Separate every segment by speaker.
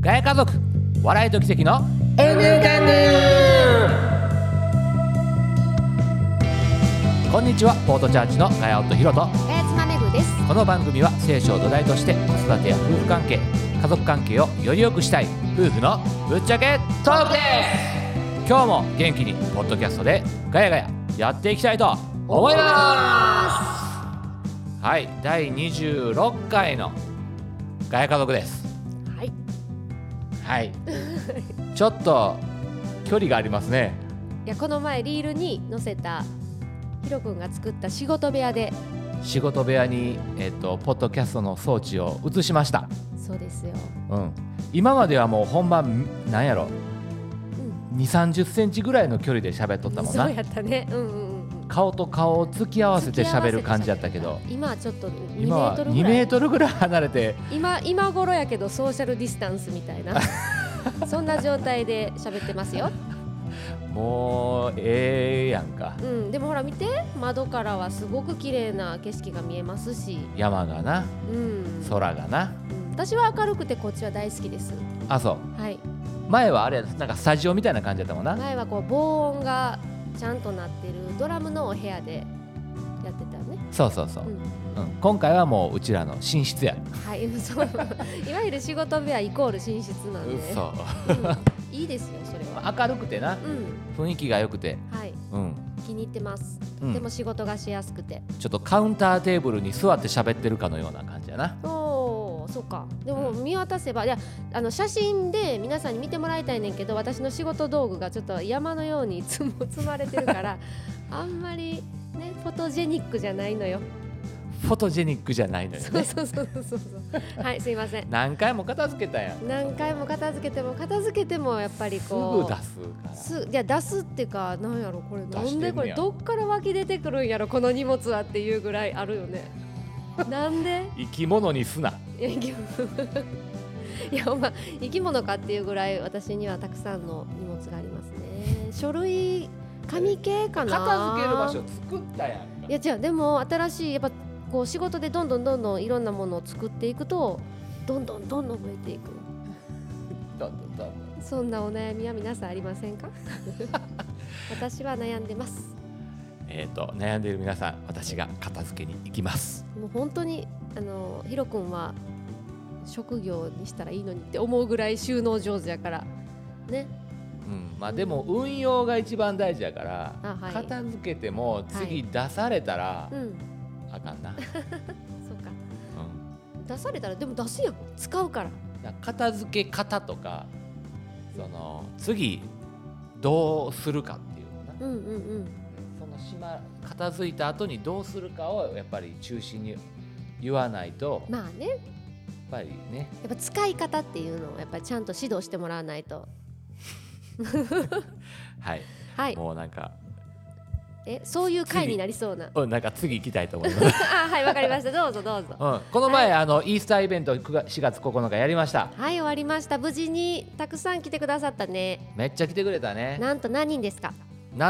Speaker 1: ガヤ家族笑いと奇跡の
Speaker 2: N ガヌ
Speaker 1: こんにちはポートチャーチのガヤ夫ヒロと
Speaker 3: ガヤツマメグです。
Speaker 1: この番組は聖書を土台として子育てや夫婦関係家族関係をより良くしたい夫婦のぶっちゃけトークです今日も元気にポッドキャストでガヤガヤやっていきたいと思いますはい第26回のガヤ家族です
Speaker 3: はい。
Speaker 1: はい。ちょっと距離がありますね。
Speaker 3: いやこの前リールに載せたヒロ君が作った仕事部屋で
Speaker 1: 仕事部屋にえっとポッドキャストの装置を移しました。
Speaker 3: そうですよ。
Speaker 1: うん。今まではもう本番なんやろ、二三十センチぐらいの距離で喋っとったもん
Speaker 3: そ
Speaker 1: な
Speaker 3: う。やったね。うんうんうん。
Speaker 1: 顔と顔を突き合わせて喋る感じやったけど。
Speaker 3: 今はちょっと2メ
Speaker 1: 今
Speaker 3: ー
Speaker 1: は
Speaker 3: トル
Speaker 1: 2
Speaker 3: ぐら
Speaker 1: メー
Speaker 3: い
Speaker 1: トルぐらい離れて
Speaker 3: 今今頃やけどソーシャルディスタンスみた いなそんな状態で喋ってますよ、
Speaker 1: もうええやんか
Speaker 3: うん、でもほら見て窓からはすごく綺麗な景色が見えますし、
Speaker 1: 山がな
Speaker 3: うん、
Speaker 1: 空がな
Speaker 3: うん私は明るくてこっちは大好きです、
Speaker 1: あそう
Speaker 3: はい、
Speaker 1: 前はあれやなんかスタジオみたいな感じやったもんな
Speaker 3: 前はこう防音がちゃんとなってるドラムのお部屋でやってたね、
Speaker 1: そうそうそう
Speaker 3: う、ん
Speaker 1: うん、今回はもううちらの寝室や
Speaker 3: はい、 そういわゆる仕事部屋イコール寝室な んで、
Speaker 1: そう
Speaker 3: うんいいですよそれは、
Speaker 1: 明るくてな
Speaker 3: うん、
Speaker 1: 雰囲気が良くて、
Speaker 3: はい、
Speaker 1: うん
Speaker 3: 気に入ってます、
Speaker 1: うん
Speaker 3: でも仕事がしやすくて
Speaker 1: ちょっとカウンターテーブルに座って喋ってるかのような感じやな
Speaker 3: おーそうかでも見渡せばいやあの写真で皆さんに見てもらいたいねんけど私の仕事道具がちょっと山のように積も積まれてるからあんまりねフォトジェニックじゃないのよ
Speaker 1: フォトジェニックじゃないのよ
Speaker 3: そう
Speaker 1: ね
Speaker 3: そうそうそうそう。 はい、すいません。
Speaker 1: 何回も片付けたやん
Speaker 3: 何回も片付けても片付けてもやっぱり
Speaker 1: すぐ
Speaker 3: こう。
Speaker 1: 出すか
Speaker 3: すいや出すってかなんやろこれ
Speaker 1: 出
Speaker 3: な
Speaker 1: してんねや
Speaker 3: んでこれどっから湧き出てくるんやろこの荷物はっていうぐらいあるよ ねなんで
Speaker 1: ら生き物にすない
Speaker 3: や生き物いやほんま生き物かっていうぐらい私にはたくさんの荷物がありますね書類紙系かな
Speaker 1: 片付ける場所作ったやんか
Speaker 3: いや違うでも新しいやっぱこう仕事でどんどんどんどんいろんなものを作っていくとどんどんどんどん増えていく
Speaker 1: どんどんどんどん
Speaker 3: そんなお悩みは皆さんありませ んか私は悩んでます
Speaker 1: えっ、と悩んでいる皆さん私が片付けに行きます
Speaker 3: もう本当にあのヒロ君は職業にしたらいいのにって思うぐらい収納上手やからね
Speaker 1: うんまあでも運用が一番大事やから、
Speaker 3: あはい
Speaker 1: 片付けても次出されたら、
Speaker 3: うん
Speaker 1: あかんな、
Speaker 3: そうか
Speaker 1: うん
Speaker 3: 出されたらでも出すやん使うから
Speaker 1: だから片付け方とかその次どうするかっていうのな、
Speaker 3: うんうんうん
Speaker 1: そのしま片付いた後にどうするかをやっぱり中心に言わないとやっ
Speaker 3: まあねや
Speaker 1: ぱりね
Speaker 3: っぱ使い方っていうのをやっぱりちゃんと指導してもらわないと
Speaker 1: はい、
Speaker 3: はい
Speaker 1: もうなんか
Speaker 3: えそういう回になりそうな
Speaker 1: うんなんか次行きたいと思います、
Speaker 3: あはいわかりましたどうぞどうぞ
Speaker 1: うん、この前、あのイースターイベント9月4月9日やりました
Speaker 3: はい終わりました無事にたくさん来てくださったね
Speaker 1: めっちゃ来てくれたねな
Speaker 3: なんと何人ですか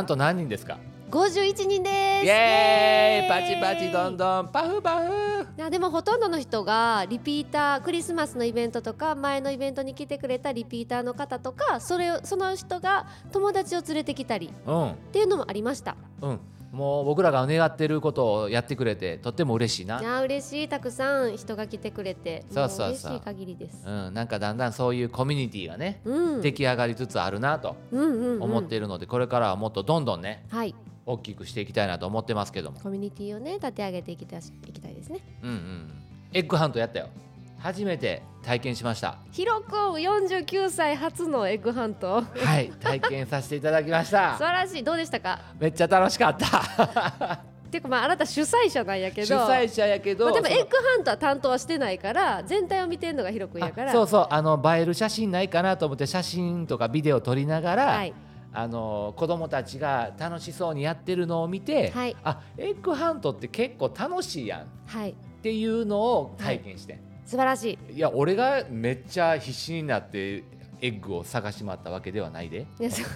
Speaker 1: んと何人ですか
Speaker 3: 51人です
Speaker 1: イエーイ
Speaker 3: イ
Speaker 1: パチパチどん
Speaker 3: ん
Speaker 1: どんパフパフ
Speaker 3: いやでもほとんどの人がリピータークリスマスのイベントとか前のイベントに来てくれたリピーターの方とかそれをその人が友達を連れてきたりっ
Speaker 1: うん
Speaker 3: ていうのもありました
Speaker 1: うん、もう僕らが願ってることをやってくれてとっても嬉しい
Speaker 3: い
Speaker 1: な、
Speaker 3: や嬉しいたくさん人が来てくれて
Speaker 1: そうそうそう
Speaker 3: も嬉しい限りです
Speaker 1: うん、なんかだんだんそういうコミュニティがね、
Speaker 3: うん
Speaker 1: 出来上がりつつあるなと
Speaker 3: うんうんうん
Speaker 1: 思っているので、これからはもっとどんどんね
Speaker 3: はい
Speaker 1: 大きくしていきたいなと思ってますけども、
Speaker 3: コミュニティをね立て上げていきたいいきたいですね
Speaker 1: うんうん、エッグハントやったよ初めて体験しました
Speaker 3: ヒロコ49歳初のエッグハント
Speaker 1: はい体験させていただきまし
Speaker 3: 素
Speaker 1: た
Speaker 3: 晴らしいどうでしたか
Speaker 1: めっちゃ楽しかった
Speaker 3: ていうかまああなた主催者なんやけど
Speaker 1: 主催者やけど、
Speaker 3: まあ、でも
Speaker 1: そ
Speaker 3: エ
Speaker 1: の
Speaker 3: ッグハントは担当はしてないから全体を見てんのがヒロ君やから
Speaker 1: あそうそうあの映える写真ないかなと思って写真とかビデオ撮りながら、
Speaker 3: はい
Speaker 1: あの子供たちが楽しそうにやってるのを見て、
Speaker 3: はい
Speaker 1: あエッグハントって結構楽しいやんっ
Speaker 3: はい
Speaker 1: ていうのを体験してん、
Speaker 3: 素晴らし
Speaker 1: い、や俺がめっちゃ必死になってエッグを探し回ったわけではないで。
Speaker 3: いいやそう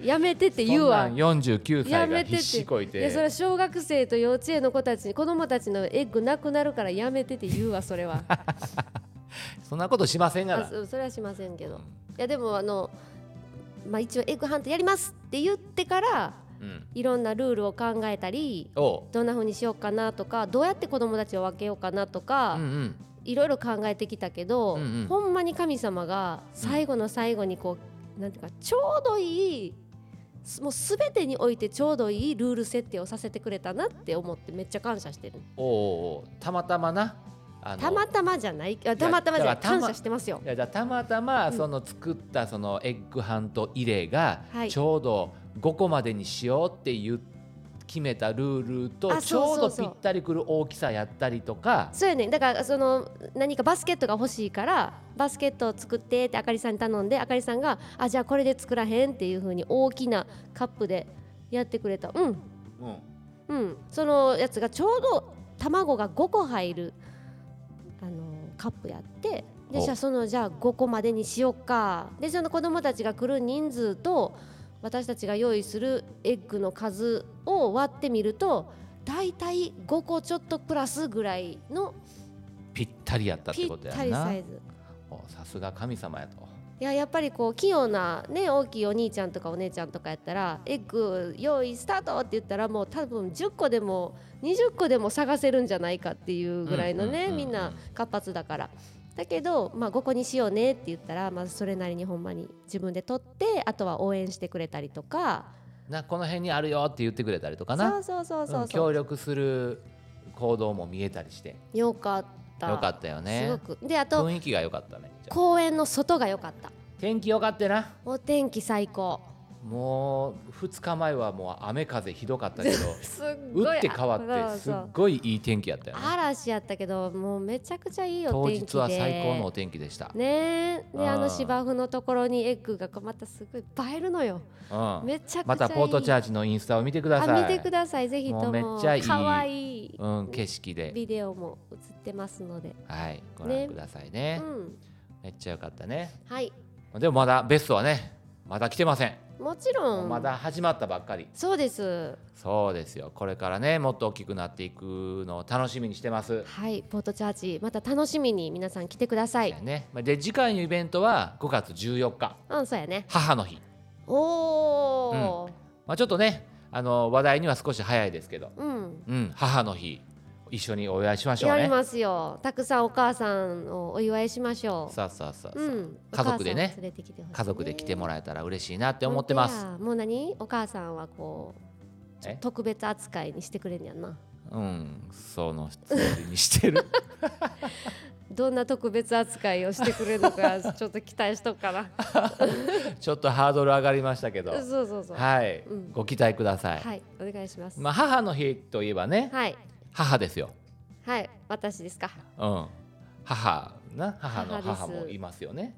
Speaker 3: やめてって言う わ
Speaker 1: そんなん49歳が
Speaker 3: やめ
Speaker 1: 必
Speaker 3: てって
Speaker 1: 死こい
Speaker 3: いやそれ
Speaker 1: て
Speaker 3: は小学生と幼稚園の子たちに子供たちのエッグなくなるからやめてって言うわそれは
Speaker 1: そ んなことしませんが
Speaker 3: あ
Speaker 1: ら
Speaker 3: そそれはしませんけど、
Speaker 1: う
Speaker 3: い
Speaker 1: ん
Speaker 3: やでもあの、まあ、一応エッグハントやりますって言ってから
Speaker 1: うん
Speaker 3: いろんなルールを考えたり
Speaker 1: おう
Speaker 3: どんな風にしようかなとかどうやって子供たちを分けようかなとか、
Speaker 1: うんうん
Speaker 3: いろいろ考えてきたけど、
Speaker 1: うんうん
Speaker 3: ほんまに神様が最後の最後にこう、なんていうかちょうどいいすもう全てにおいてちょうどいいルール設定をさせてくれたなって思ってめっちゃ感謝してる
Speaker 1: おうおうおうたまたまなあの
Speaker 3: たまたまじゃないあたまたまじゃない
Speaker 1: だからたま
Speaker 3: 感謝してますよ
Speaker 1: いやじゃあたまたまその作ったそのエッグハント入れが
Speaker 3: はい
Speaker 1: ちょうど5個までにしようっていう決めたルールと
Speaker 3: あ
Speaker 1: ちょ
Speaker 3: そううそ
Speaker 1: ど
Speaker 3: うそう
Speaker 1: ぴったりくる大きさやったりとか
Speaker 3: そうやねだからその何かバスケットが欲しいからバスケットを作ってってあかりさんに頼んであかりさんがあじゃあこれで作らへんっていう風に大きなカップでやってくれたうんうん、そのやつがちょうど卵が5個入る、あのカップやってで
Speaker 1: お
Speaker 3: じゃあそのじゃあ5個までにしよっかでその子供たちが来る人数と私たちが用意するエッグの数を割ってみると大体5個ちょっとプラスぐらいの
Speaker 1: ぴったりやったっ
Speaker 3: ぴ
Speaker 1: て
Speaker 3: っ
Speaker 1: ことや
Speaker 3: たり
Speaker 1: な
Speaker 3: サイズ。
Speaker 1: おさすが神様やと
Speaker 3: いややっぱりこう器用な、ね、大きいお兄ちゃんとかお姉ちゃんとかやったらエッグ用意スタートって言ったらもう多分10個でも20個でも探せるんじゃないかっていうぐらいの
Speaker 1: うんうんうん
Speaker 3: ね
Speaker 1: うん
Speaker 3: みんな活発だから。だけど、まあ、5個にしようねって言ったら、まあ、それなりにほんまに自分で取ってあとは応援してくれたりとか
Speaker 1: なこの辺にあるよって言ってくれたりとかな
Speaker 3: そうそうそうそううんそう、
Speaker 1: 協力する行動も見えたりして
Speaker 3: よかった
Speaker 1: よかったよね
Speaker 3: すごくであと
Speaker 1: 雰囲気が良かったねじゃあ
Speaker 3: 公園の外が良かった
Speaker 1: 天気良かったよな
Speaker 3: お天気最高
Speaker 1: もう2日前はもう雨風ひどかったけ ど
Speaker 3: すっごい
Speaker 1: 打って変わっ
Speaker 3: そ
Speaker 1: て
Speaker 3: う
Speaker 1: す
Speaker 3: そ
Speaker 1: っ
Speaker 3: う
Speaker 1: ごいいい天気やったよね
Speaker 3: 嵐やったけどもうめちゃくちゃいいお
Speaker 1: 当
Speaker 3: 天気で
Speaker 1: 日は最高のお天気でした、
Speaker 3: ねえで
Speaker 1: あー
Speaker 3: あの芝生のところにエッグがこうまたすごい映えるのよ
Speaker 1: うん、
Speaker 3: めちゃくちゃいい
Speaker 1: またポートチャーチのインスタを見てください
Speaker 3: あ見てくださいぜひとも
Speaker 1: もうめっちゃいい
Speaker 3: かわいい
Speaker 1: うん、景色で、
Speaker 3: ビデオも映ってますので、
Speaker 1: はい、ご覧くださいね
Speaker 3: うん、
Speaker 1: めっちゃ良かったね
Speaker 3: はい
Speaker 1: でもまだベストはねまだ来てません、
Speaker 3: もちろん
Speaker 1: まだ始まったばっかり
Speaker 3: そうです
Speaker 1: そうですよこれからねもっと大きくなっていくのを楽しみにしてます、
Speaker 3: はいポートチャーチまた楽しみに皆さん来てください
Speaker 1: ね、で次回のイベントは5月14日
Speaker 3: うんそうやね
Speaker 1: 母の日、
Speaker 3: おお、
Speaker 1: まあ、ちょっとねあの話題には少し早いですけど、
Speaker 3: うん
Speaker 1: うん、母の日一緒にお祝いしましょう
Speaker 3: や
Speaker 1: ね
Speaker 3: りますよたくさんお母さんをお祝いしましょう
Speaker 1: さあさあさあさあ、
Speaker 3: うん、
Speaker 1: 家族でね
Speaker 3: お母さんを連れてきてほしいね
Speaker 1: 家族で来てもらえたら嬉しいなって思ってます。
Speaker 3: 本当やもう何お母さんはこうちょ
Speaker 1: え
Speaker 3: 特別扱いにしてくれんやんな
Speaker 1: うん、そのつもりにしてる。
Speaker 3: どんな特別扱いをしてくれる のかちょっと期待しとくから
Speaker 1: ちょっとハードル上がりましたけど、
Speaker 3: そうそうそうは
Speaker 1: はい、
Speaker 3: うん
Speaker 1: ご期待ください。
Speaker 3: い、お願いします
Speaker 1: まあ母の日といえばね、
Speaker 3: はい
Speaker 1: 母ですよ。
Speaker 3: はい私ですか
Speaker 1: うん、母な母の
Speaker 3: 母です
Speaker 1: 母もいますよね。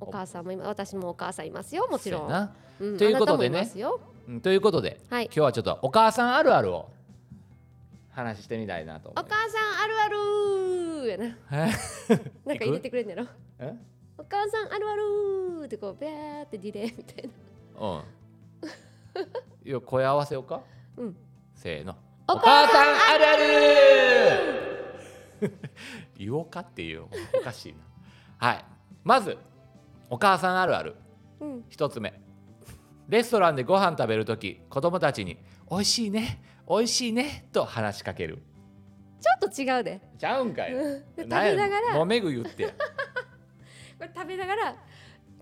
Speaker 3: お母さんも今私もお母さんいますよもちろ
Speaker 1: そうんやな、
Speaker 3: うん
Speaker 1: ということでね
Speaker 3: あなたもいますよ
Speaker 1: うんということで、
Speaker 3: はい
Speaker 1: 今日はちょっとお母さんあるあるを話してみたいなと
Speaker 3: お
Speaker 1: 思い
Speaker 3: 母さんあるあるーやな
Speaker 1: ます。
Speaker 3: なんか入れてくれんねやろ
Speaker 1: えうん
Speaker 3: お母さんあるあるーってこうビャーってディレイみたいな。
Speaker 1: いや声合わせようか。
Speaker 3: うん
Speaker 1: せーの。
Speaker 3: お母
Speaker 1: さんあるある 言おうかっていうおかしいなはいまずお母さんあるある
Speaker 3: うん
Speaker 1: 一つ目レストランでご飯食べるとき子供たちに「美味しいね美味しいね」と話しかける
Speaker 3: ちょっと違うで
Speaker 1: ちゃうんかい
Speaker 3: うんで
Speaker 1: なんや
Speaker 3: 食べながら
Speaker 1: もめぐ言ってや
Speaker 3: これ食べながら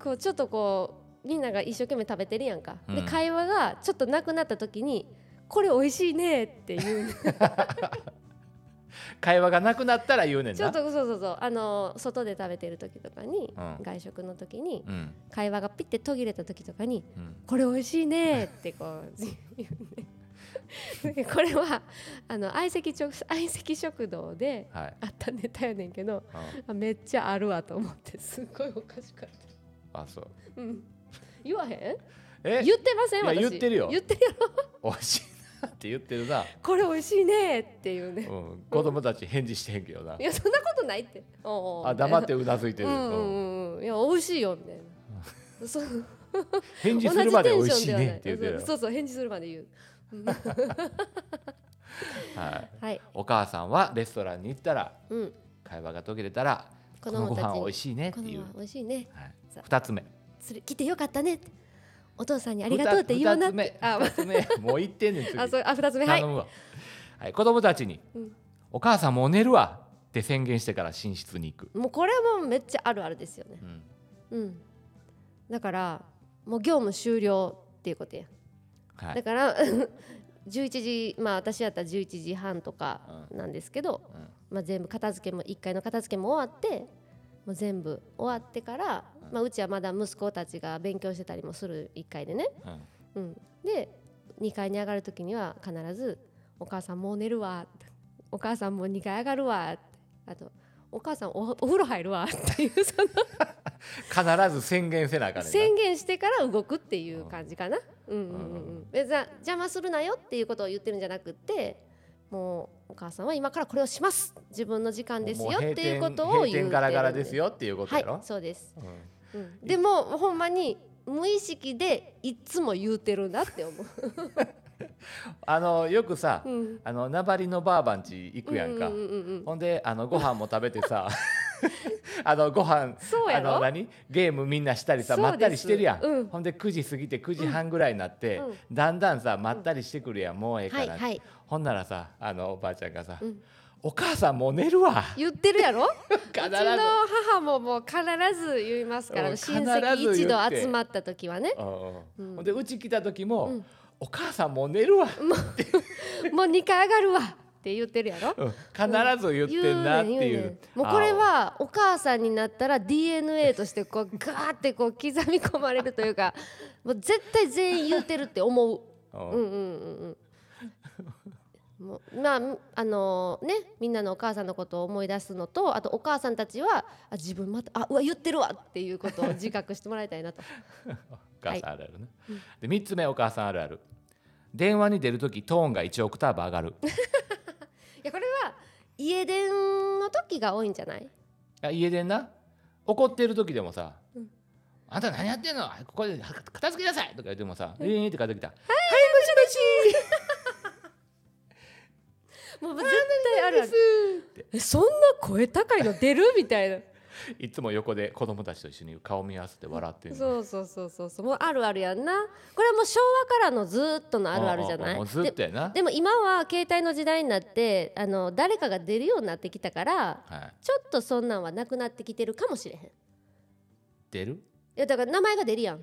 Speaker 3: こうちょっとこうみんなが一生懸命食べてるやんか、
Speaker 1: う
Speaker 3: で
Speaker 1: ん
Speaker 3: 会話がちょっとなくなった時に「これ美味しいね」って いう
Speaker 1: 会話がなくなったら言うねんな
Speaker 3: ちょっとそうそうそうあの外で食べてる時とかに、
Speaker 1: うん
Speaker 3: 外食の時に
Speaker 1: うん
Speaker 3: 会話がピッて途切れた時とかに
Speaker 1: うん
Speaker 3: 「これ美味しいね」ってこう言 うねこれはあの相席直相席食堂で
Speaker 1: はい
Speaker 3: あったネタやねんけど
Speaker 1: うん
Speaker 3: あめっちゃあるわと思ってすごいおかしかっ
Speaker 1: あそう
Speaker 3: た、うん、言わへん
Speaker 1: え
Speaker 3: 言ってません
Speaker 1: いや
Speaker 3: 私
Speaker 1: 言ってるよ
Speaker 3: 言ってるよ
Speaker 1: 美味しいなって言ってるな、
Speaker 3: これ美味しいねっていう
Speaker 1: う
Speaker 3: ね
Speaker 1: ん、子供たち返事してへんけどない
Speaker 3: やそんなことないっておうおう
Speaker 1: あ黙ってうなずいて
Speaker 3: う
Speaker 1: る、
Speaker 3: んう
Speaker 1: うん
Speaker 3: んうんいや美味しいよみたい なそう
Speaker 1: 返事
Speaker 3: 同じ
Speaker 1: す
Speaker 3: テ
Speaker 1: るまで美
Speaker 3: ン
Speaker 1: 味
Speaker 3: ショ
Speaker 1: し
Speaker 3: ン
Speaker 1: い
Speaker 3: では
Speaker 1: ね
Speaker 3: な
Speaker 1: って言
Speaker 3: い
Speaker 1: ってる
Speaker 3: そうそうそう返事するまで言ううん
Speaker 1: はい、
Speaker 3: はい
Speaker 1: お母さんはレストランに行ったら
Speaker 3: うん
Speaker 1: 会話が途切れたら
Speaker 3: 子
Speaker 1: この
Speaker 3: 供
Speaker 1: ご
Speaker 3: た
Speaker 1: 飯美味しい
Speaker 3: ちに
Speaker 1: ねって
Speaker 3: この
Speaker 1: いう
Speaker 3: まま美味しいね
Speaker 1: はい
Speaker 3: そう
Speaker 1: 二つ目
Speaker 3: つれ来てよかったねってお父さんにありがとうって言わな
Speaker 1: 二
Speaker 3: っ
Speaker 1: つ目
Speaker 3: てあ
Speaker 1: 二つ目もう言ってんねん次
Speaker 3: あそうあ二つ目はい
Speaker 1: 頼むわ、はい、子供たちに、
Speaker 3: うん
Speaker 1: お母さんもう寝るわ」って宣言してから寝室に行く、
Speaker 3: もうこれもめっちゃあるあるですよね
Speaker 1: うん
Speaker 3: うんだからもう業務終了っていうことや
Speaker 1: は
Speaker 3: だ
Speaker 1: い、
Speaker 3: から 11時まあ私やったら11時半とかなんですけど、
Speaker 1: うん
Speaker 3: まあ、全部片付けも1階の片付けも終わってもう全部終わってから、うまあ、うちはまだ息子たちが勉強してたりもする1階でね、
Speaker 1: うん
Speaker 3: うん、で2階に上がる時には必ず「お母さんもう寝るわ」お母さんもう2階上がるわ」あと「お母さんおお風呂入るわ」っていうそ
Speaker 1: 必ず宣言せなあか
Speaker 3: の
Speaker 1: んねんな
Speaker 3: 宣言してから動くっていう感じかな。うんうんうんうん別に邪魔するなよっていうことを言ってるんじゃなくってもうお母さんは今からこれをします自分の時間ですよ
Speaker 1: も閉
Speaker 3: っていうこと
Speaker 1: 店
Speaker 3: を言うてる
Speaker 1: 閉店ガラガラですよっていうこと
Speaker 3: は
Speaker 1: や
Speaker 3: い
Speaker 1: ろ、
Speaker 3: そうです、
Speaker 1: うん
Speaker 3: うんでもほんまに無意識でいつも言うてるなって思 う、
Speaker 1: あのよくさ、
Speaker 3: うん、
Speaker 1: あの名張のばあばんち行くやんか、
Speaker 3: うんうんうんうん
Speaker 1: ほんであのご飯も食べて さあのご飯
Speaker 3: そう
Speaker 1: あ
Speaker 3: やろ
Speaker 1: の何ゲームみんなしたりさ
Speaker 3: そうで
Speaker 1: ま
Speaker 3: す
Speaker 1: ったりしてるやん、
Speaker 3: うん
Speaker 1: ほんで9時過ぎて9時半ぐらいになって、
Speaker 3: うん
Speaker 1: だんだんさまったりしてくるやん、もうええから
Speaker 3: は
Speaker 1: っ
Speaker 3: い
Speaker 1: て、
Speaker 3: はい
Speaker 1: ほんならさあのおばあちゃんがさ「
Speaker 3: うん
Speaker 1: お母さんもう寝る わ」
Speaker 3: 言ってる やろう
Speaker 1: 必
Speaker 3: ち
Speaker 1: ず
Speaker 3: の母ももう必ず言いますか
Speaker 1: う
Speaker 3: ら
Speaker 1: ん
Speaker 3: 親
Speaker 1: 必
Speaker 3: 戚
Speaker 1: ず
Speaker 3: 一
Speaker 1: 言って
Speaker 3: 度集まった時はね
Speaker 1: う
Speaker 3: うんん
Speaker 1: ほんでうち来た時も「
Speaker 3: うん
Speaker 1: お母さんもう寝るわ」
Speaker 3: もう2回上がるわって言ってるやろ
Speaker 1: うん必ず言ってんなって
Speaker 3: 言ねん
Speaker 1: い
Speaker 3: 言ね。
Speaker 1: うん
Speaker 3: もうこれはお母さんになったら DNA としてこうガーってこう刻み込まれるというか もう絶対全員言うてるって思う
Speaker 1: あお
Speaker 3: うんうんうんうんもうまああのねみんなのお母さんのことを思い出すのとあとお母さんたちはあ自分またあうわ言ってるわっていうことを自覚してもらいたいなと
Speaker 1: お母さんあるあるね。で3つ目お母さんあるある。電話に出る時トーンが1オクターブ上がる。
Speaker 3: いやこれは家電の時が多いんじゃない
Speaker 1: あ家でな怒ってる時でもさ「あんた何やってんのここで片付けなさい!」とか言ってもさ「ええー」って帰ってきた
Speaker 3: もう絶対あるあるえそんな声高いの出るみたいな
Speaker 1: いつも横で子供たちと一緒に顔見合わせて笑ってる
Speaker 3: そうそうそうそうそうもうあるあるやんなこれはもう昭和からのずーっとのあるあるじゃない
Speaker 1: もうずっとやな。
Speaker 3: でも今は携帯の時代になってあの誰かが出るようになってきたから
Speaker 1: はい、
Speaker 3: ちょっとそんなんはなくなってきてるかもしれへんい
Speaker 1: 出る
Speaker 3: やだから名前が出るやん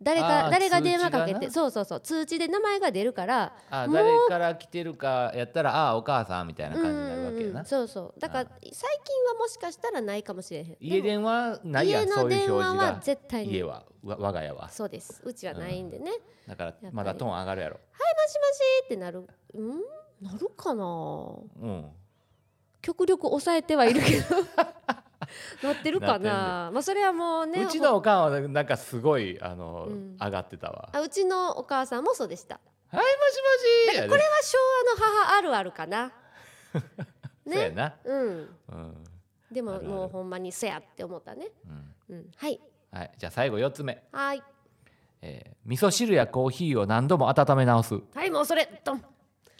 Speaker 3: 誰
Speaker 1: あ
Speaker 3: か
Speaker 1: ー
Speaker 3: 誰が電
Speaker 1: 通
Speaker 3: 話
Speaker 1: 知が
Speaker 3: か
Speaker 1: な
Speaker 3: けてそうそうそう通知で名前が出るから
Speaker 1: あ
Speaker 3: もう
Speaker 1: 誰から来てるかやったらああお母さんみたいな感じになるわけや
Speaker 3: うんうんうん
Speaker 1: な
Speaker 3: そうそうだか
Speaker 1: あ
Speaker 3: ら最近はもしかしたらないかもしれへん
Speaker 1: 家電話ないや
Speaker 3: 家
Speaker 1: んそうい
Speaker 3: の
Speaker 1: う
Speaker 3: 電
Speaker 1: 表
Speaker 3: 話
Speaker 1: 示
Speaker 3: は
Speaker 1: が
Speaker 3: 絶対
Speaker 1: 家
Speaker 3: に
Speaker 1: はわ我が家は
Speaker 3: そうですうちはないんでね、
Speaker 1: だから
Speaker 3: り
Speaker 1: まだトーン上がるやろ
Speaker 3: もしもしってなるうんなるかな
Speaker 1: うん
Speaker 3: 極力抑えてはいるけ どなってるかな
Speaker 1: な
Speaker 3: まあそれはもうね
Speaker 1: うちのおかんはなんかすごいあの、
Speaker 3: うん
Speaker 1: 上がってたわ「
Speaker 3: あうちのお母さんもそうでした
Speaker 1: はいもしもし」やで
Speaker 3: これは昭和の母あるあるかな
Speaker 1: そうや
Speaker 3: ね
Speaker 1: な、
Speaker 3: うん
Speaker 1: うん
Speaker 3: でも
Speaker 1: あるある
Speaker 3: もうほんまにせやって思ったね
Speaker 1: うん
Speaker 3: うんはい
Speaker 1: はい、じゃあ最後4つ目、
Speaker 3: はーい
Speaker 1: えー味噌汁やコーヒーを何度も温め直す
Speaker 3: はいもうそれドン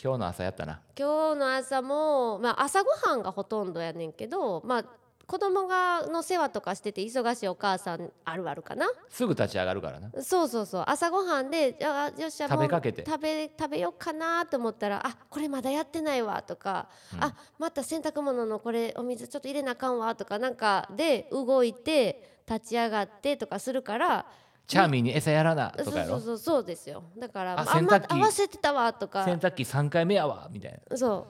Speaker 1: 今日の朝やったな
Speaker 3: 今日の朝も、まあ、朝ごはんがほとんどやねんけど、まあ、子供がの世話とかしてて忙しいお母さんあるあるかな
Speaker 1: すぐ立ち上がるからな
Speaker 3: そうそうそう朝ごはんでじゃあよっしゃ
Speaker 1: 食べ
Speaker 3: もう
Speaker 1: かけて
Speaker 3: 食べ食べようかなと思ったらあこれまだやってないわとか、
Speaker 1: うん
Speaker 3: あまた洗濯物のこれお水ちょっと入れなあかんわとかなんかで動いて立ち上がってとかするから
Speaker 1: チャーミーに餌やらな
Speaker 3: そ
Speaker 1: と
Speaker 3: う
Speaker 1: かや
Speaker 3: そ
Speaker 1: ろ
Speaker 3: うそうそうですよだから
Speaker 1: あ
Speaker 3: あん
Speaker 1: 洗
Speaker 3: ま
Speaker 1: 濯機
Speaker 3: 合わせてたわとか
Speaker 1: 洗濯機3回目やわみたい な
Speaker 3: そ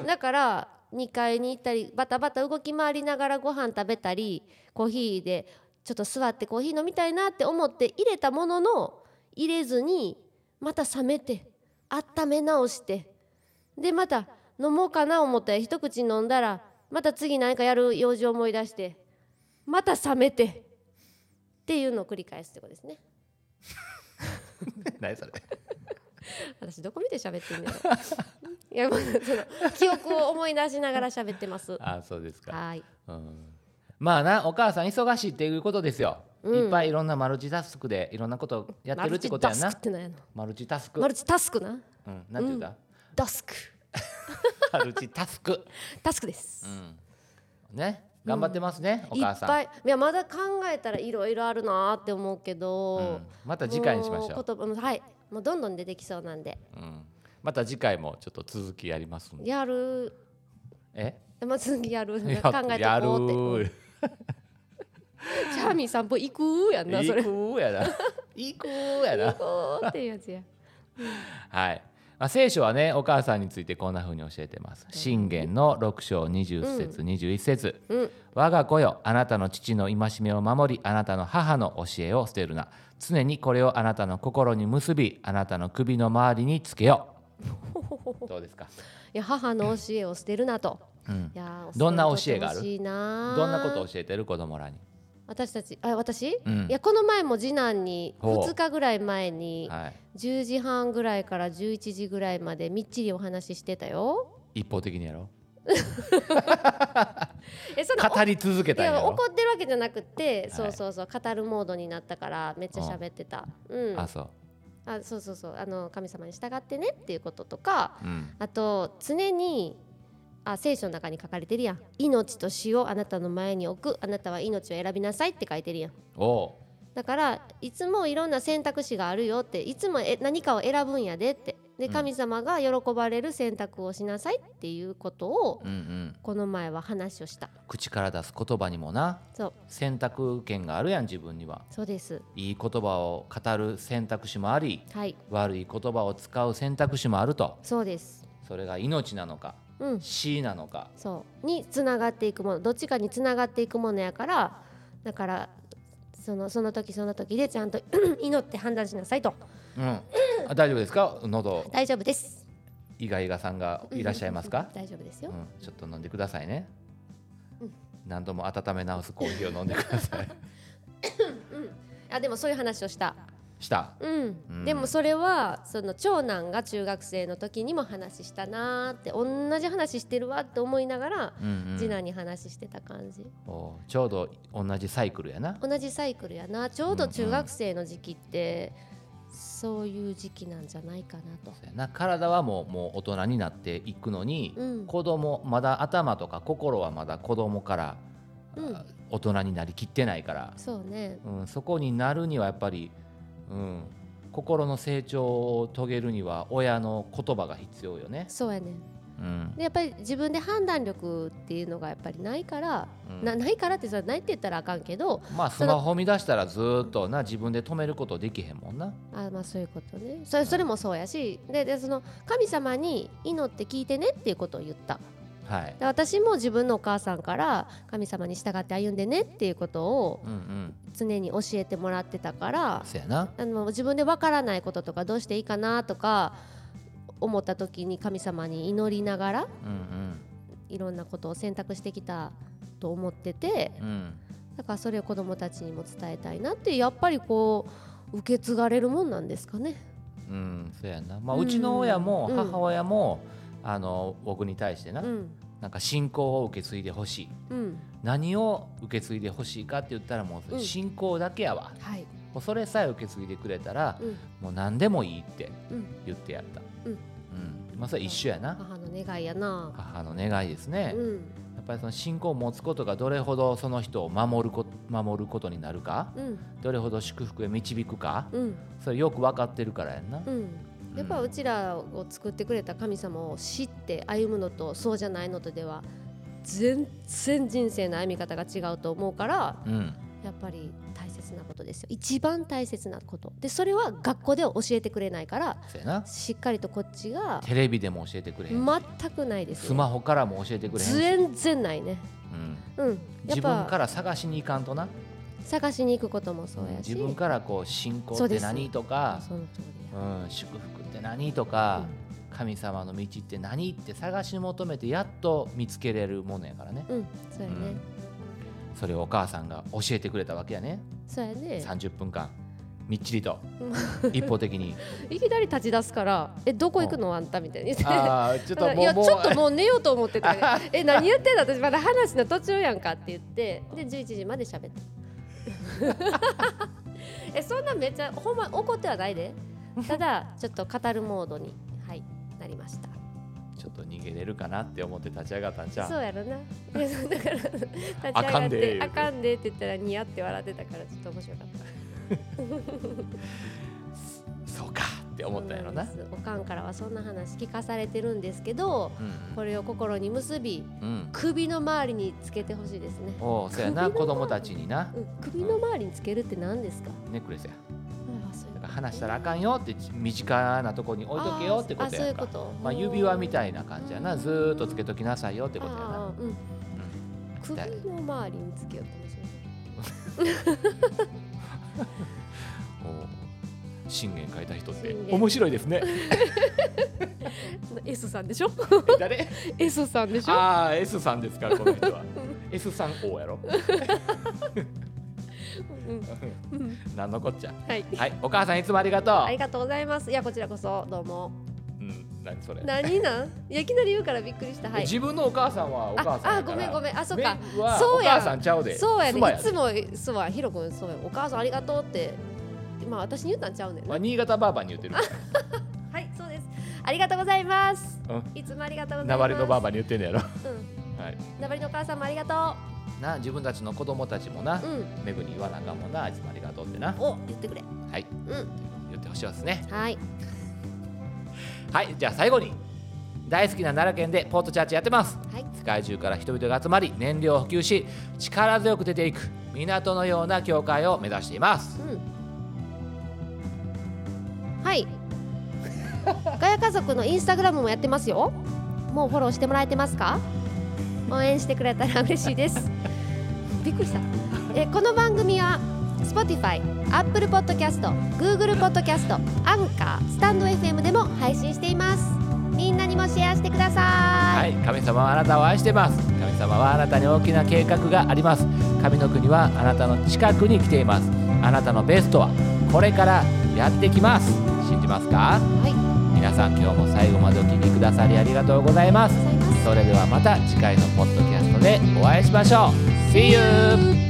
Speaker 3: うだから2階に行ったりバタバタ動き回りながらご飯食べたりコーヒーでちょっと座ってコーヒー飲みたいなって思って入れたものの入れずにまた冷めて温め直してでまた飲もうかな思ったら一口飲んだらまた次何かやる用事を思い出してまた冷めてっていうのを繰り返すってことですね
Speaker 1: 何それ
Speaker 3: 私どこ見て喋ってんのやろ いやもうその記憶を思い出しながら喋ってます
Speaker 1: あそうですか、
Speaker 3: はい。
Speaker 1: うん、まあなお母さん忙しいっていうことですよ、
Speaker 3: うん
Speaker 1: いっぱいいろんなマルチタスクでいろんなことやってるってことやな
Speaker 3: マルチタスクってなんやの。
Speaker 1: マルチタスク
Speaker 3: マルチタスクな。
Speaker 1: うん、なんて言うんだ、
Speaker 3: ダスク。
Speaker 1: マルチタスク、
Speaker 3: タスクです。
Speaker 1: うん、ね頑張ってますね、お
Speaker 3: い
Speaker 1: 母
Speaker 3: っ
Speaker 1: さん
Speaker 3: ぱいいやまだ考えたらいろいろあるなーって思うけど、
Speaker 1: うんまた次回にしましょ
Speaker 3: も
Speaker 1: う、
Speaker 3: 言葉もはいもうどんどん出てきそうなんで
Speaker 1: うん、また次回もちょっと続きやりますんで
Speaker 3: やる
Speaker 1: え
Speaker 3: まあ次やる考えて
Speaker 1: や
Speaker 3: こうって
Speaker 1: やる
Speaker 3: うんチャーミー散歩行くーやんなそれ
Speaker 1: 行
Speaker 3: 行
Speaker 1: くや な行くやな
Speaker 3: くーっていうやつや
Speaker 1: はい、まあ、聖書はねお母さんについてこんな風に教えてます信玄の6章20節、21節、
Speaker 3: うん
Speaker 1: 我が子よあなたの父の戒めを守りあなたの母の教えを捨てるな常にこれをあなたの心に結びあなたの首の周りにつけよ うどうですか、
Speaker 3: いや母の教えを捨てるなと
Speaker 1: うん
Speaker 3: い、やー
Speaker 1: どんな教え
Speaker 3: 捨て
Speaker 1: があ
Speaker 3: て
Speaker 1: る
Speaker 3: ほしいなー
Speaker 1: どんなことを教えてる子供らに、
Speaker 3: 私たちあ私、
Speaker 1: うん
Speaker 3: いやこの前も次男に
Speaker 1: ほう
Speaker 3: 2日ぐらい前に
Speaker 1: はい、
Speaker 3: 10時半ぐらいから11時ぐらいまでみっちりお話ししてたよ
Speaker 1: 一方的にやろ
Speaker 3: えその
Speaker 1: 語り続け
Speaker 3: い
Speaker 1: たいや
Speaker 3: や
Speaker 1: ろ
Speaker 3: 怒ってるわけじゃなくて、
Speaker 1: い
Speaker 3: そうそうそう語るモードになったからめっちゃ喋ってたうん
Speaker 1: あ
Speaker 3: あ
Speaker 1: そ
Speaker 3: そうそうそうあの神様に従ってねっていうこととか
Speaker 1: う、うん、
Speaker 3: あと常にあ聖書の中に書かれてるやん命と死をあなたの前に置くあなたは命を選びなさいって書いてるやん
Speaker 1: おう
Speaker 3: だからいつもいろんな選択肢があるよっていつもえ何かを選ぶんやでってで
Speaker 1: うん
Speaker 3: 神様が喜ばれる選択をしなさいっていうことを
Speaker 1: うんうん、
Speaker 3: この前は話をした
Speaker 1: 口から出す言葉にもな
Speaker 3: そう
Speaker 1: 選択権があるやん自分には
Speaker 3: そうです
Speaker 1: いい言葉を語る選択肢もあり
Speaker 3: はい
Speaker 1: 悪い言葉を使う選択肢もあると
Speaker 3: そうです
Speaker 1: それが命なのか
Speaker 3: うん
Speaker 1: 死なのか
Speaker 3: そうにつながっていくものどっちかにつながっていくものやからだからそのその時その時でちゃんと 祈って判断しなさいと
Speaker 1: うんあ大丈夫ですか喉
Speaker 3: 大丈夫です
Speaker 1: イガイガさんがいらっしゃいますか
Speaker 3: 大丈夫です
Speaker 1: う
Speaker 3: よ、
Speaker 1: んちょっと飲んでくださいね何度も温め直すコーヒーを飲んでください
Speaker 3: あでもそういう話をした
Speaker 1: した
Speaker 3: うん、
Speaker 1: うん
Speaker 3: でもそれはその長男が中学生の時にも話したなーって同じ話してるわって思いながら、
Speaker 1: うんう
Speaker 3: 次
Speaker 1: ん
Speaker 3: 男に話してた感じ
Speaker 1: おうちょうど同じサイクルやな
Speaker 3: 同じサイクルやなちょうど中学生の時期って、そういう時期なんじゃないかなと
Speaker 1: そうやな体はもうもう大人になっていくのに、
Speaker 3: うん
Speaker 1: 子供まだ頭とか心はまだ子供から、
Speaker 3: うん
Speaker 1: あ大人になりきってないから、
Speaker 3: そうね
Speaker 1: うん、そこになるにはやっぱり、うん、心の成長を遂げるには親の言葉が必要よね。
Speaker 3: そうやね
Speaker 1: うん
Speaker 3: でやっぱり自分で判断力っていうのがやっぱりないから、
Speaker 1: うん
Speaker 3: なないからってさないって言ったらあかんけど
Speaker 1: まあスマホ見出したらずーっとな自分で止めることできへんもんな。
Speaker 3: あまあそういうことねそれそれもそうやしででその神様に祈って聞いてねっていうことを言った
Speaker 1: はい。
Speaker 3: で私も自分のお母さんから神様に従って歩んでねっていうことを
Speaker 1: うんうん。
Speaker 3: 常に教えてもらってたから
Speaker 1: そうやな。
Speaker 3: あの自分でわからないこととかどうしていいかなとか思った時に神様に祈りながら
Speaker 1: うん
Speaker 3: いろんなことを選択してきたと思ってて
Speaker 1: うん。うん。
Speaker 3: だからそれを子どもたちにも伝えたいなってやっぱりこう受け継がれるもんなんですかね。
Speaker 1: うん、そうやな、まあ、
Speaker 3: うん
Speaker 1: うちの親も
Speaker 3: うん
Speaker 1: 母親も、あの僕に対してな,、
Speaker 3: うん
Speaker 1: なんか信仰を受け継いでほしい
Speaker 3: うん
Speaker 1: 何を受け継いでほしいかって言ったらもうそれ
Speaker 3: うん
Speaker 1: 信仰だけやわ、
Speaker 3: はい
Speaker 1: もうそれさえ受け継いでくれたら、
Speaker 3: うん
Speaker 1: もう何でもいいって
Speaker 3: うん
Speaker 1: 言ってやった、
Speaker 3: うん
Speaker 1: うんまあ、それ一緒やな、
Speaker 3: 母の願いやな。
Speaker 1: 母の願いですね、
Speaker 3: うん
Speaker 1: やっぱりその信仰を持つことがどれほどその人を守るこ守ることになるか
Speaker 3: うん
Speaker 1: どれほど祝福へ導くか
Speaker 3: うん
Speaker 1: それよく分かってるからやんな、
Speaker 3: うん
Speaker 1: うん
Speaker 3: やっぱうちらを作ってくれた神様を知って歩むのとそうじゃないのとでは全然人生の歩み方が違うと思うから
Speaker 1: うん、
Speaker 3: やっぱり大切なことですよ一番大切なことでそれは学校では教えてくれないから
Speaker 1: そうやな
Speaker 3: しっかりとこっちが
Speaker 1: テレビでも教えてくれへんし
Speaker 3: 全くないです
Speaker 1: スマホからも教えてくれへんし、
Speaker 3: 全然ないね
Speaker 1: うん、
Speaker 3: うんやっ
Speaker 1: 自分か
Speaker 3: ぱ
Speaker 1: ら探しに行かんとな
Speaker 3: 探しに行くこともそうやし
Speaker 1: 自分からこう信仰
Speaker 3: そ
Speaker 1: っ
Speaker 3: うで
Speaker 1: て
Speaker 3: す
Speaker 1: 何とか
Speaker 3: その通り
Speaker 1: う
Speaker 3: や、
Speaker 1: ん、祝福って何とか、神様の道って何って探し求めてやっと見つけれるものやからね、
Speaker 3: うん、そうやね、
Speaker 1: うんそれをお母さんが教えてくれたわけやね、
Speaker 3: そうやね
Speaker 1: 30分間みっちりと一方的 に
Speaker 3: いきなり立ち出すから「えどこ行くのあんた」みたいに言って
Speaker 1: ああちょっと
Speaker 3: い
Speaker 1: もう
Speaker 3: やち
Speaker 1: も
Speaker 3: ょっと
Speaker 1: う
Speaker 3: もう寝ようと思って たえ何言ってんだ私まだ話の途中やんかって言ってで11時まで喋っ たえそんなめっちゃほんま怒ってはないでただちょっと語るモードにはいなりました
Speaker 1: ちょっと逃げれるかなって思って立ち上がったんじゃ
Speaker 3: そう
Speaker 1: う
Speaker 3: やろな。いやそうだから立ち上
Speaker 1: あか
Speaker 3: が
Speaker 1: ん
Speaker 3: っ
Speaker 1: で
Speaker 3: て
Speaker 1: 言うて
Speaker 3: あかんでって言ったらニヤって笑ってたからちょっと面白かった。
Speaker 1: そうかって思ったんやろな
Speaker 3: そうなんですおかんからはそんな話聞かされてるんですけど、これを心に結び
Speaker 1: うん、うん、
Speaker 3: 首の周りにつけてほしいですね。
Speaker 1: おおそうやな
Speaker 3: 首の
Speaker 1: 子供たちにな
Speaker 3: うん、首の周りにつけるって何ですか。
Speaker 1: ネックレスや
Speaker 3: あそういう
Speaker 1: だ
Speaker 3: こ
Speaker 1: から話したらあかんよって身近なとこに置いとけよってこと
Speaker 3: あそうい
Speaker 1: や
Speaker 3: うんこ
Speaker 1: か
Speaker 3: と。
Speaker 1: まあ、指輪みたいな感じやなずーっとつけときなさいよってことやな
Speaker 3: ああうん。首の周りにつけようって面白い。
Speaker 1: おー信玄変えた人って
Speaker 3: 信玄
Speaker 1: 面白いです ね
Speaker 3: S さんでしょ
Speaker 1: 誰
Speaker 3: S さんでし ょ
Speaker 1: ああ S さんですかこの 人は S さん王やろ
Speaker 3: うんうん
Speaker 1: 何のこっちゃ
Speaker 3: はい
Speaker 1: はいお母さんいつもありがとう、
Speaker 3: ありがとうございますいやこちらこそどうも
Speaker 1: うん何それ
Speaker 3: 何なんいやいきなり言うからびっくりしたはい
Speaker 1: 自分のお母さんはお母さん
Speaker 3: ああ
Speaker 1: やか
Speaker 3: ご
Speaker 1: ら
Speaker 3: めんごめんあそっ
Speaker 1: め
Speaker 3: か
Speaker 1: は
Speaker 3: そうや
Speaker 1: お母さんちゃうで
Speaker 3: そうやね
Speaker 1: 妻
Speaker 3: いつもそうやひろくんそうやお母さんありがとうってまあ私に言ったんちゃうねん
Speaker 1: ま
Speaker 3: な
Speaker 1: あ、新潟ばあばに言ってる
Speaker 3: はいそうですありがとうございます
Speaker 1: う
Speaker 3: いつもありがとうございます
Speaker 1: 名張のばあ
Speaker 3: ば
Speaker 1: ばに言ってんのやろ
Speaker 3: うん
Speaker 1: はい
Speaker 3: ナバリのお母さんもありがと
Speaker 1: な自分たちの子供たちもな、
Speaker 3: ううん
Speaker 1: めぐに言わなあかんもんなあいつもありがとうってな
Speaker 3: お言ってくれ
Speaker 1: はい
Speaker 3: うん
Speaker 1: 言ってほしいですね
Speaker 3: はい
Speaker 1: はいじゃあ最後に大好きな奈良県でポートチャーチやってます
Speaker 3: はい
Speaker 1: 世界中から人々が集まり燃料を補給し力強く出ていく港のような教会を目指しています
Speaker 3: うん。はい。ガヤ家族のインスタグラムもやってますよ。もうフォローしてもらえてますか？応援してくれたら嬉しいです。びっくりした。えこの番組は Spotify、Apple Podcast、Google Podcast、アンカー、スタンド FM でも配信しています。みんなにもシェアしてください。
Speaker 1: はい神様はあなたを愛してます神様はあなたに大きな計画があります神の国はあなたの近くに来ていますあなたのベストはこれからやってきます信じますか
Speaker 3: はい、あ
Speaker 1: 皆さん今日も最後までお聴きくださりありがとうございます
Speaker 3: りがとうございます。
Speaker 1: それではまた次回のポッドキャストでお会いしましょう See you!